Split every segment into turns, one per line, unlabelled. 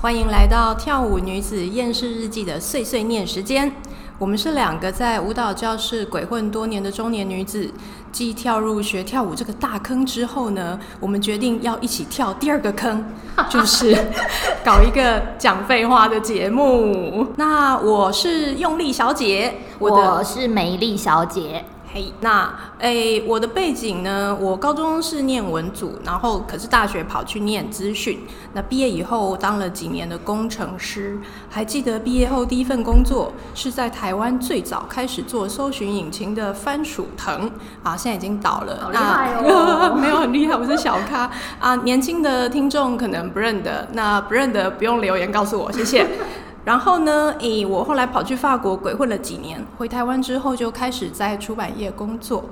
欢迎来到跳舞女子厌世日记的碎碎念时间。我们是两个在舞蹈教室鬼混多年的中年女子，继跳入学跳舞这个大坑之后呢，我们决定要一起跳第二个坑，就是搞一个讲废话的节目。那我是用力小姐，我的
我是美丽小姐，
嘿，那诶、我的背景呢？我高中是念文组，然后可是大学跑去念资讯。那毕业以后当了几年的工程师，还记得毕业后第一份工作是在台湾最早开始做搜寻引擎的番薯藤啊，现在已经倒了。
好厉
那
害哦
没有很厉害，我是小咖啊。年轻的听众可能不认得，那不认得不用留言告诉我，谢谢。然后呢，诶，我后来跑去法国鬼混了几年，回台湾之后就开始在出版业工作。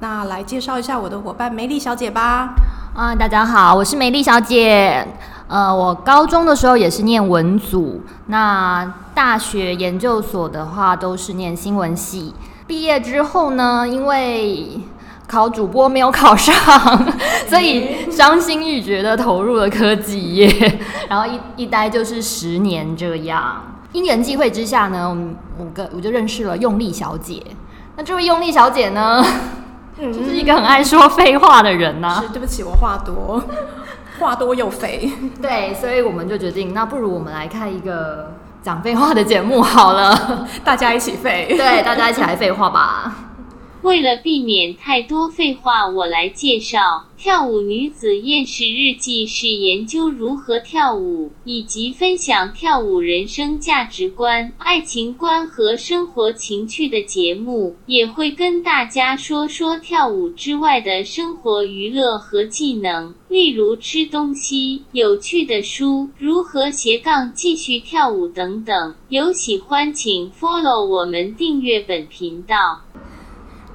那来介绍一下我的伙伴梅丽小姐吧。
啊、大家好，我是美丽小姐。呃，我高中的时候也是念文组，那大学研究所的话都是念新闻系。毕业之后呢，因为考主播没有考上， 所以伤心欲绝的投入了科技业， 然后一一待就是十年这样。因缘际会之下呢，我们我跟我就认识了用力小姐。那这位用力小姐呢， 就是一个很爱说废话的人呐、
嗯是，对不起，我话多，话多又肥。
对，所以我们就决定，那不如我们来看一个讲废话的节目好 了。
大家一起废。
对，大家一起来废话吧。
为了避免太多废话，我来介绍《跳舞女子厌世日记》是研究如何跳舞，以及分享跳舞人生价值观、爱情观和生活情趣的节目，也会跟大家说说跳舞之外的生活娱乐和技能，例如吃东西、有趣的书、如何斜杠继续跳舞等等。有喜欢请 follow 我们订阅本频道。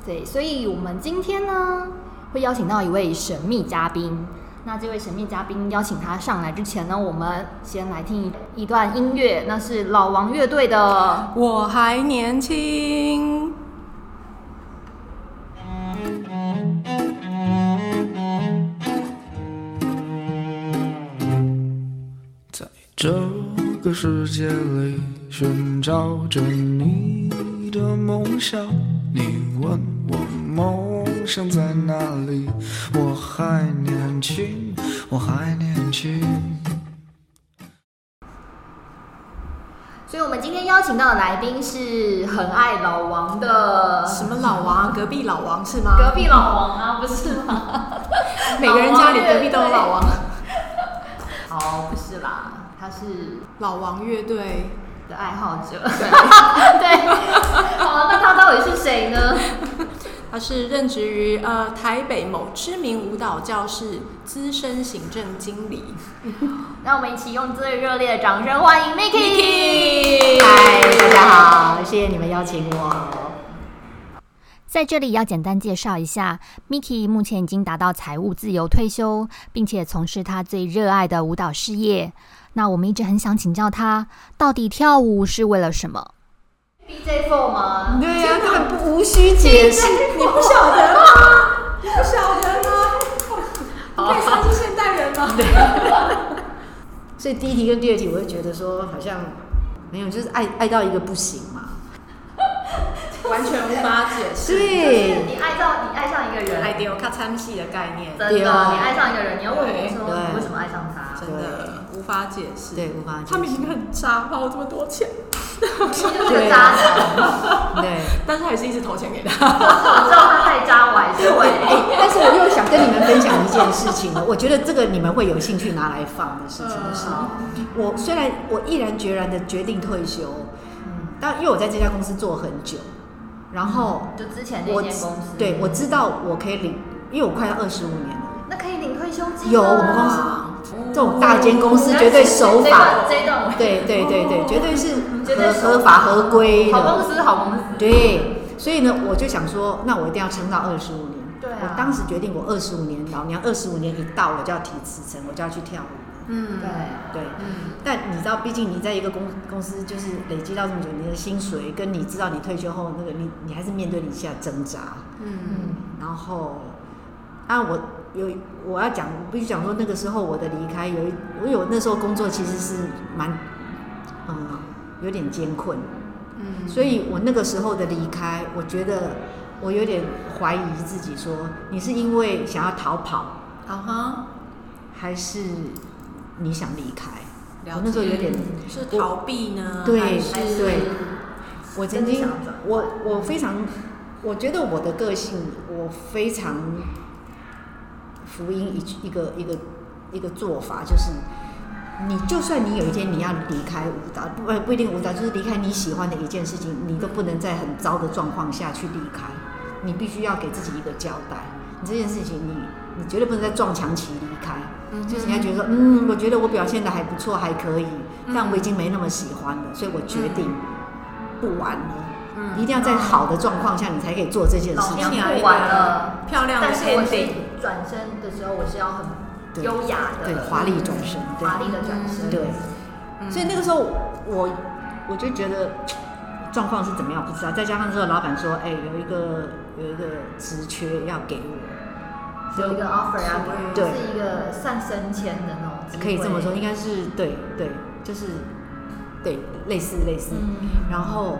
对，所以我们今天呢会邀请到一位神秘嘉宾。那这位神秘嘉宾邀请他上来之前呢，我们先来听一一段音乐，那是老王乐队的。
我还年轻。
在这个世界里寻找着你的梦想。你问我梦想在哪里？我还年轻，我还年轻。
所以我们今天邀请到的来宾是很爱老王的
什么老王？隔壁老王是吗？
隔壁老王啊，不是 吗？
每个人家里隔壁都有老王。
啊好，不是啦，他是
老王乐队。
的爱好者。 对，好，那他到底是谁呢？
他是任职于呃台北某知名舞蹈教室资深行政经理。
那我们一起用最热烈的掌声欢迎 Miki。
Miki
嗨，大家好，谢谢你们邀请我。在这里要简单介绍一下，Miki 目前已经达到财务自由退休，并且从事他最热爱的舞蹈事业。那我们一直很想请教他，到底跳舞是为了什么？BJ Four 吗？
对呀、根本不无需解释。
你不晓得吗？你不晓得吗？你可以算是现代人吗？
所以第一题跟第二题，我会觉得说好像没有，就是爱爱到一个不行嘛。
完全无法解释。
对
你爱上你爱上一个人
爱丢卡参戏的概念，
真的，
对啊
你爱上一个人，你要问我说
对
你为什么爱上他？
真的无法解释。
对，无法解
他明
释。
明很渣，花我这么多钱，
你就是个渣男，
对，
但是还是一直投钱给他。
我知道他太渣，我还是
哎、
会。
但是我又想跟你们分享一件事情了，我觉得这个你们会有兴趣拿来放的事情是，我虽然我毅然决然的决定退休，但因为我在这家公司做很久，然后
就之前那
我
间公司，
对我知道我可以领，因为我快要二十五年了，
那可以领退休金啊。哦
有我们公司这种大间公司绝对守法。
这一段，
对对对对，绝对是
绝对
合
哦是
合法合规
这一段好
的。
公司，好公司。
对，所以呢，我就想说，那我一定要撑到二十五年。
对啊
我当时决定，我二十五年，老娘二十五年一到，我就要提辞呈，我就要去跳舞。
嗯，
对，
对，嗯但你知道，毕竟你在一个公公司就是累积到这么久，你的薪水跟你知道你退休后那个，你你还是面对你现在挣扎，
嗯，
嗯，
然后啊，我有我要讲，我必须讲说那个时候我的离开，有一我有那时候工作其实是蛮，嗯，有点艰困，
嗯，
所以我那个时候的离开，我觉得我有点怀疑自己说，你是因为想要逃跑，
啊哈，
还是你想离开？
了
我那时候有点
解是逃避呢，
对
还是
对我曾经，我我非常，我觉得我的个性，我非常福音一一个一个一个做法，就是你就算你有一天你要离开舞蹈，不不一定舞蹈，就是离开你喜欢的一件事情，你都不能在很糟的状况下去离开，你必须要给自己一个交代。你这件事情你，你绝对不能再撞墙期离开。就是人家觉得说，嗯，我觉得我表现的还不错，还可以，但我已经没那么喜欢了，所以我决定不玩了。
嗯
你一定要在好的状况下，你才可以做这件事
老
情
娘。不玩了，
漂亮的
但是我
ending
是转身的时候，我是要很
对
优雅的，
对华丽转身对
华丽嗯的转身，
对，所以那个时候我我就觉得状况是怎么样不知道，再加上之后老板说，哎、有一个有一个职缺要给我，
有一个 offer 啊，
对
是一个算升迁的那种机会，
可以这么说，应该是对对，就是对类似类似。
嗯，
然后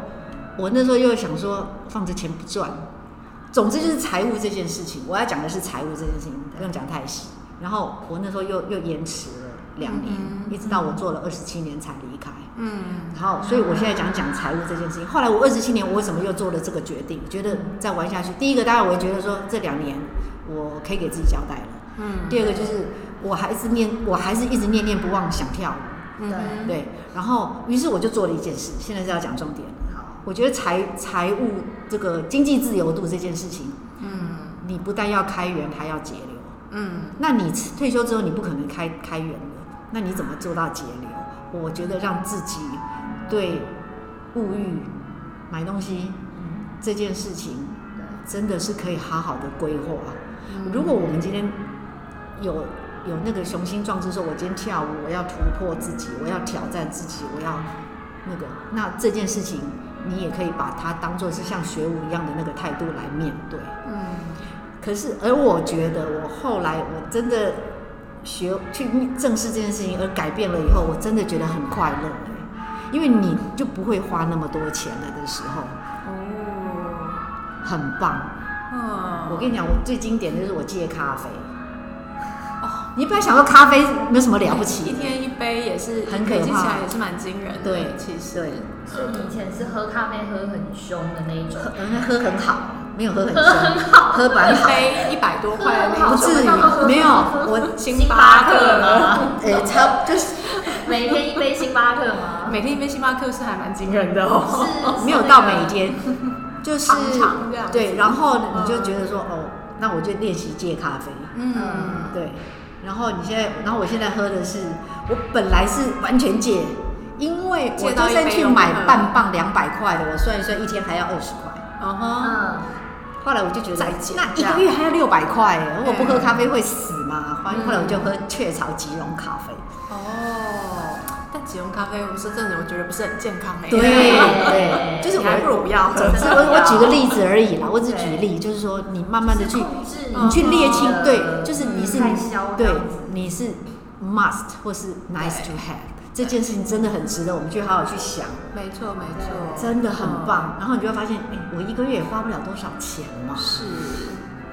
我那时候又想说，放着钱不赚。总之就是财务这件事情，我要讲的是财务这件事情，不用讲太细。然后我那时候又又延迟了两年，
嗯
一直到我做了二十七年才离开。
嗯
然后，所以我现在
啊
讲讲财务这件事情。后来我二十七年，我为什么又做了这个决定？觉得再玩下去，第一个当然我觉得说这两年我可以给自己交代了。
嗯
第二个就是我还是念，我还是一直念念不忘想跳舞，
嗯，
对。然后，于是我就做了一件事，现在是要讲重点了。
好，
我觉得财财务这个经济自由度这件事情，
嗯
你不但要开源，还要节流。
嗯
那你退休之后，你不可能开开源了，那你怎么做到节流？我觉得让自己对物欲、买东西
嗯，
这件事情，
对，
真的是可以好好的规划。如果我们今天有有那个雄心壮志，说我今天跳舞，我要突破自己，我要挑战自己，我要那个，那这件事情你也可以把它当做是像学舞一样的那个态度来面对。
嗯
可是，而我觉得我后来我真的学去正视这件事情，而改变了以后，我真的觉得很快乐、欸，因为你就不会花那么多钱了的时候，
哦
很棒。
嗯，
我跟你讲，我最经典的就是我戒咖啡。
哦
你本来想说咖啡没什么了不
一
起，
天一杯也是
很可
累积
怕
起来也是蛮惊人的，
对
其实
对，
所以你以前是喝咖啡喝很凶的那一种，
喝喝很好，没有喝很
喝
凶，
很好
喝蛮
一
好，
杯一百多块的那
不
种，
至于
好，
没有我
星
巴
巴克
吗？
呃，差不就是
每天一杯星巴克 吗？
每天一杯星巴克是还蛮惊人的哦。
是
没有到每，天，就是
常常这样子
对，然后呢你就觉得说，哦，那我就练习戒咖啡，
嗯
对，然后你现在，然后我现在喝的是，我本来是完全戒，因为我
戒到
就
一
算
杯
去
都不
买
喝
半磅两百块的，我算一算一天还要二十块，
嗯哼，
嗯，
后来我就觉得
再戒
那
这
一
样
个月还要六百块，我不喝
嗯
咖啡会死吗？后来后来我就喝雀巢吉隆咖啡，
哦，但即溶咖啡，我说真的，我觉得不是很健康哎。
对对，就是我
你还不如不要喝
总之我我举个例子而已啦，我只举例，就是说你慢慢的
是
去
控制
你去列清，
嗯
的
对，就是你是
开销这
对
样子，
你是 must 或是 nice to have 这件事情真的很值得我们去好好去想，
没错没错，
真的很棒。然后你就会发现，哎，我一个月也花不了多少钱嘛
嗯。。是，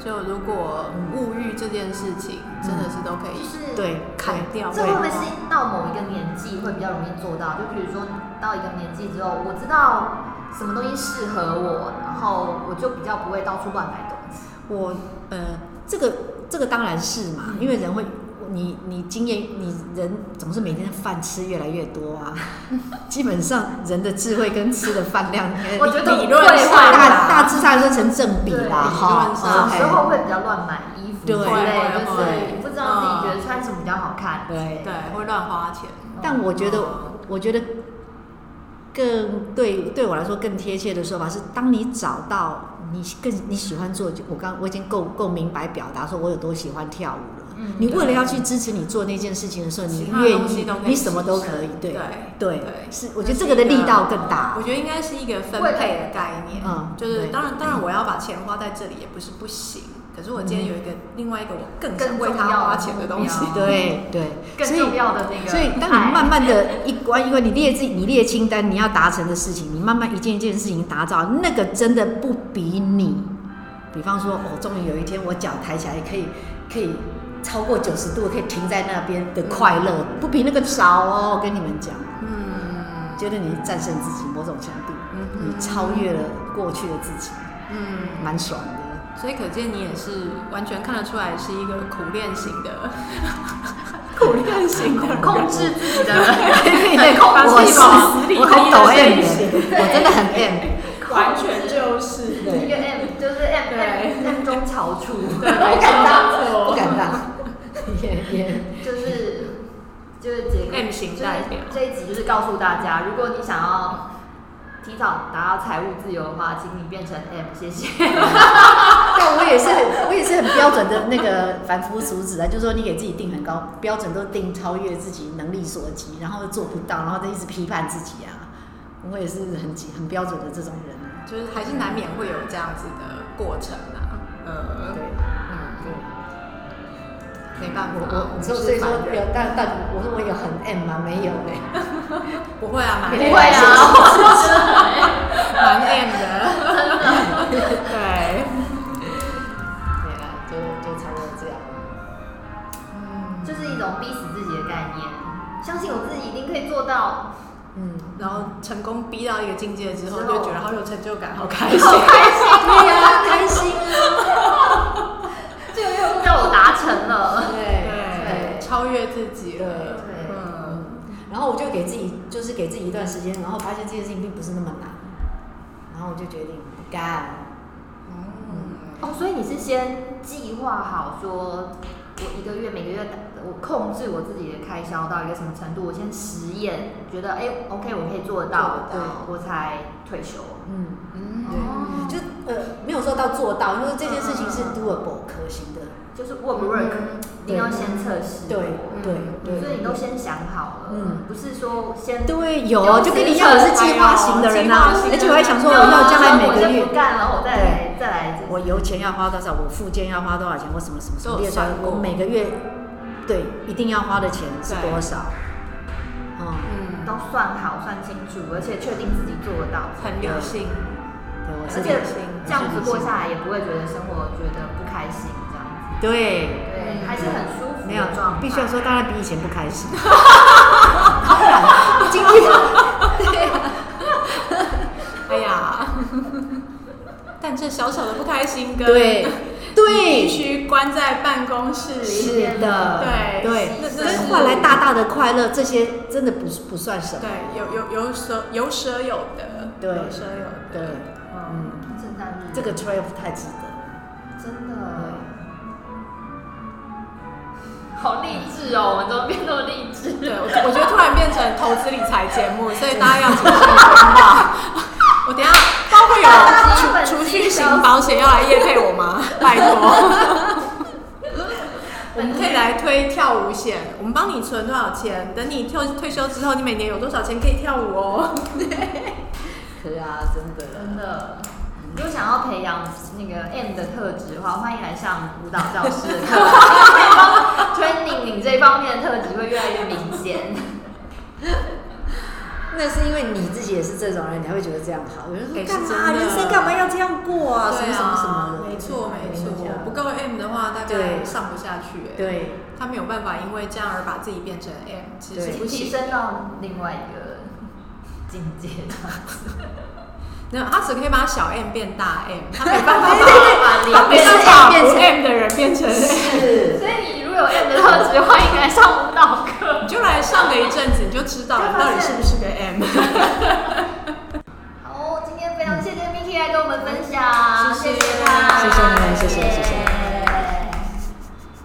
就如果物欲这件事情，真的是都可以
就是
对，
砍
看
掉。
这会不会是到某一个年纪会比较容易做到？就比如说到一个年纪之后，我知道什么东西适合我，然后我就比较不会到处乱买东西。
我呃，这个这个当然是
嗯
嘛，因为人会。你你经验，你人总是每天饭吃越来越多 啊，基本上人的智慧跟吃的饭量，
我觉得
理论上
会
大
换
大
啦
大致上就成正比啦，
对
哈
理论。上
小
OK
时候会比较乱买衣服之
对
类，
会
就
会
是不知道自己觉得穿什么比较好看。
对，
对，会乱花钱。
但我觉得
嗯，
我觉得更对对我来说更贴切的说法是，当你找到你更你喜欢做，就我刚我已经够够明白表达说我有多喜欢跳舞了。
嗯
你为了要去支持你做那件事情的时候，
其
你
他的
愿
东西
意
都可，以
你什么都
牺牲
可以，对
对
对
对
是我觉得这个的力道更大
我。觉得应该是一个分配的概念，
嗯
就是
对
当然，当然我要把钱花在这里也不是不行，可是我今天有一个、另外一个我更嗯
更
想为
重
他
要的
花钱的东西
目，标
对对，
更
所以
重要的那个
所以，当
爱
你慢慢的一关，因为你列自己，你列清单，你要达成的事情，你慢慢一件一件事情打造，那个真的不比你，比方说，哦，终于有一天我脚抬起来可以可以超过九十度，可以停在那边的快乐，不比那个少哦。我跟你们讲，
嗯
觉得你战胜自己某种程度，
嗯哼
你超越了过去的自己，
嗯，
蛮爽的。
所以可见你也是完全看得出来是一个苦练型的，
苦练型的
控制自 己的人，
对对，控
把
我
自己往
是我很懂 M，
练习
的我真的很 M。
完全就是
对
一个 M 就是 M
对
M M 中翘楚，
没
不敢当，
错
不敢当， 也也
就是就是结
M 型代表
就是这一集就是告诉大家，如果你想要提早达到财务自由的话，请你变成 M，谢
啊
谢。
但我也是很，我也是很标准的那个凡夫俗子啊，就是说你给自己定很高标准，都定超越自己能力所及，然后做不到，然后就一直批判自己啊。我也是很很标准的这种人啊，
就是还是难免会有这样子的过程啊，呃
对，，
嗯，
对，嗯
没办法，
我我
们
所以
是
所以说
凡人
有，但但我说我有很 M 吗？没有嘞、
不会啊，蛮
不
会啊，
蛮 M 的，对，
对啊，就就差不多这样。
嗯，
就是一种逼死自己的概念。相信我自己一定可以做 到，
嗯，
然后成功逼到一个境界之后，
之后
就觉得好有成就感，好开心，
对呀、开心啊，
这个任务让我达成了。
对，超越自己了，
对
对
嗯，
然后我就给自己，就是给自己一段时间，然后发现这件事情并不是那么难，然后我就决定不干。
嗯，
哦，所以你是先计划好说，我一个月每个月我控制我自己的开销到一个什么程度，我先实验，觉得哎、o k 我可以做得到，
做得到
我才退休。
嗯，
哦
对，就呃没有说到做到，因为这件事情是
嗯嗯嗯
doable 可行的。
就是 work work，、一定要先测试。嗯
对对对，
所以你都先想好了，
嗯
不是说先。
对有，就跟你要的是计
哦
划型的人
计划
呐、
型的人
而且我还想说，我要将来每
我
个
先
月
不。干了，我再来再来这。
我油钱要花多少，我附件要花多少钱，我什么什么什
都
么
有
列出来
算，过
我每个月对一定要花的钱是
对
多少？嗯，
嗯，
都算好、算清楚，而且确定自己做得到，
很流行，
对，我
而
是
且
理性
这样子过下来也不会觉得生活觉得不开心，这样子，
对，
对，还是很舒服
没有
的状态。
必须要说，当然比以前不开 心。当 然，今天对啊，
哎呀， 但这小小的不开心跟
对
必
对，
须关在办公室里，
是的，
对
对
那，那
跟
是
换来大大的快乐，这些真的不是不算什么。
对，有有有舍有舍有得，
对
有舍有
对
得，，
嗯，
圣诞日
这个 trade off 太值得。
真的好励志哦，我们怎么变那么励志？
对，我我觉得突然变成投资理财节 目，所以大家要谨慎宣报。 我等一下包括 有储储蓄型保险要来业配我吗？拜 托。我们可以来推跳舞险，我们帮你存多少钱？等你退退休之后，你每年有多少钱可以跳舞哦？
可啊，真的。
真的。如果想要培养那个 M 的特质的话，欢迎来上舞蹈教室的课，training 你这方面的特质会越来越明显。
那是因为你自己也是这种人，你才会觉得这样好。有人
哎
说
是
干嘛？
真的
人生干嘛要这样过啊？什
对
么什么什么
啊
的。
没错没错
对，
不够 M 的话，大概
对
上不下去、欸。，
对
他没有办法因为这样而把自己变成 M，其实
对
是不
提
行。
升到另外一个境 界这样子，
那他只可以把小 M 变大 M，他没办 法把
把
没
脸
办法
哎变成
不 M 的人变成 M，
是。
所以你如果有 M 的特质，欢迎来上舞蹈课。
你就来上个一阵子，你就知道
就
你
发现
到底是不是个 M。
好，今天非常谢谢 Miki 来跟我们分享，
谢谢
谢他，
谢谢你们谢谢谢谢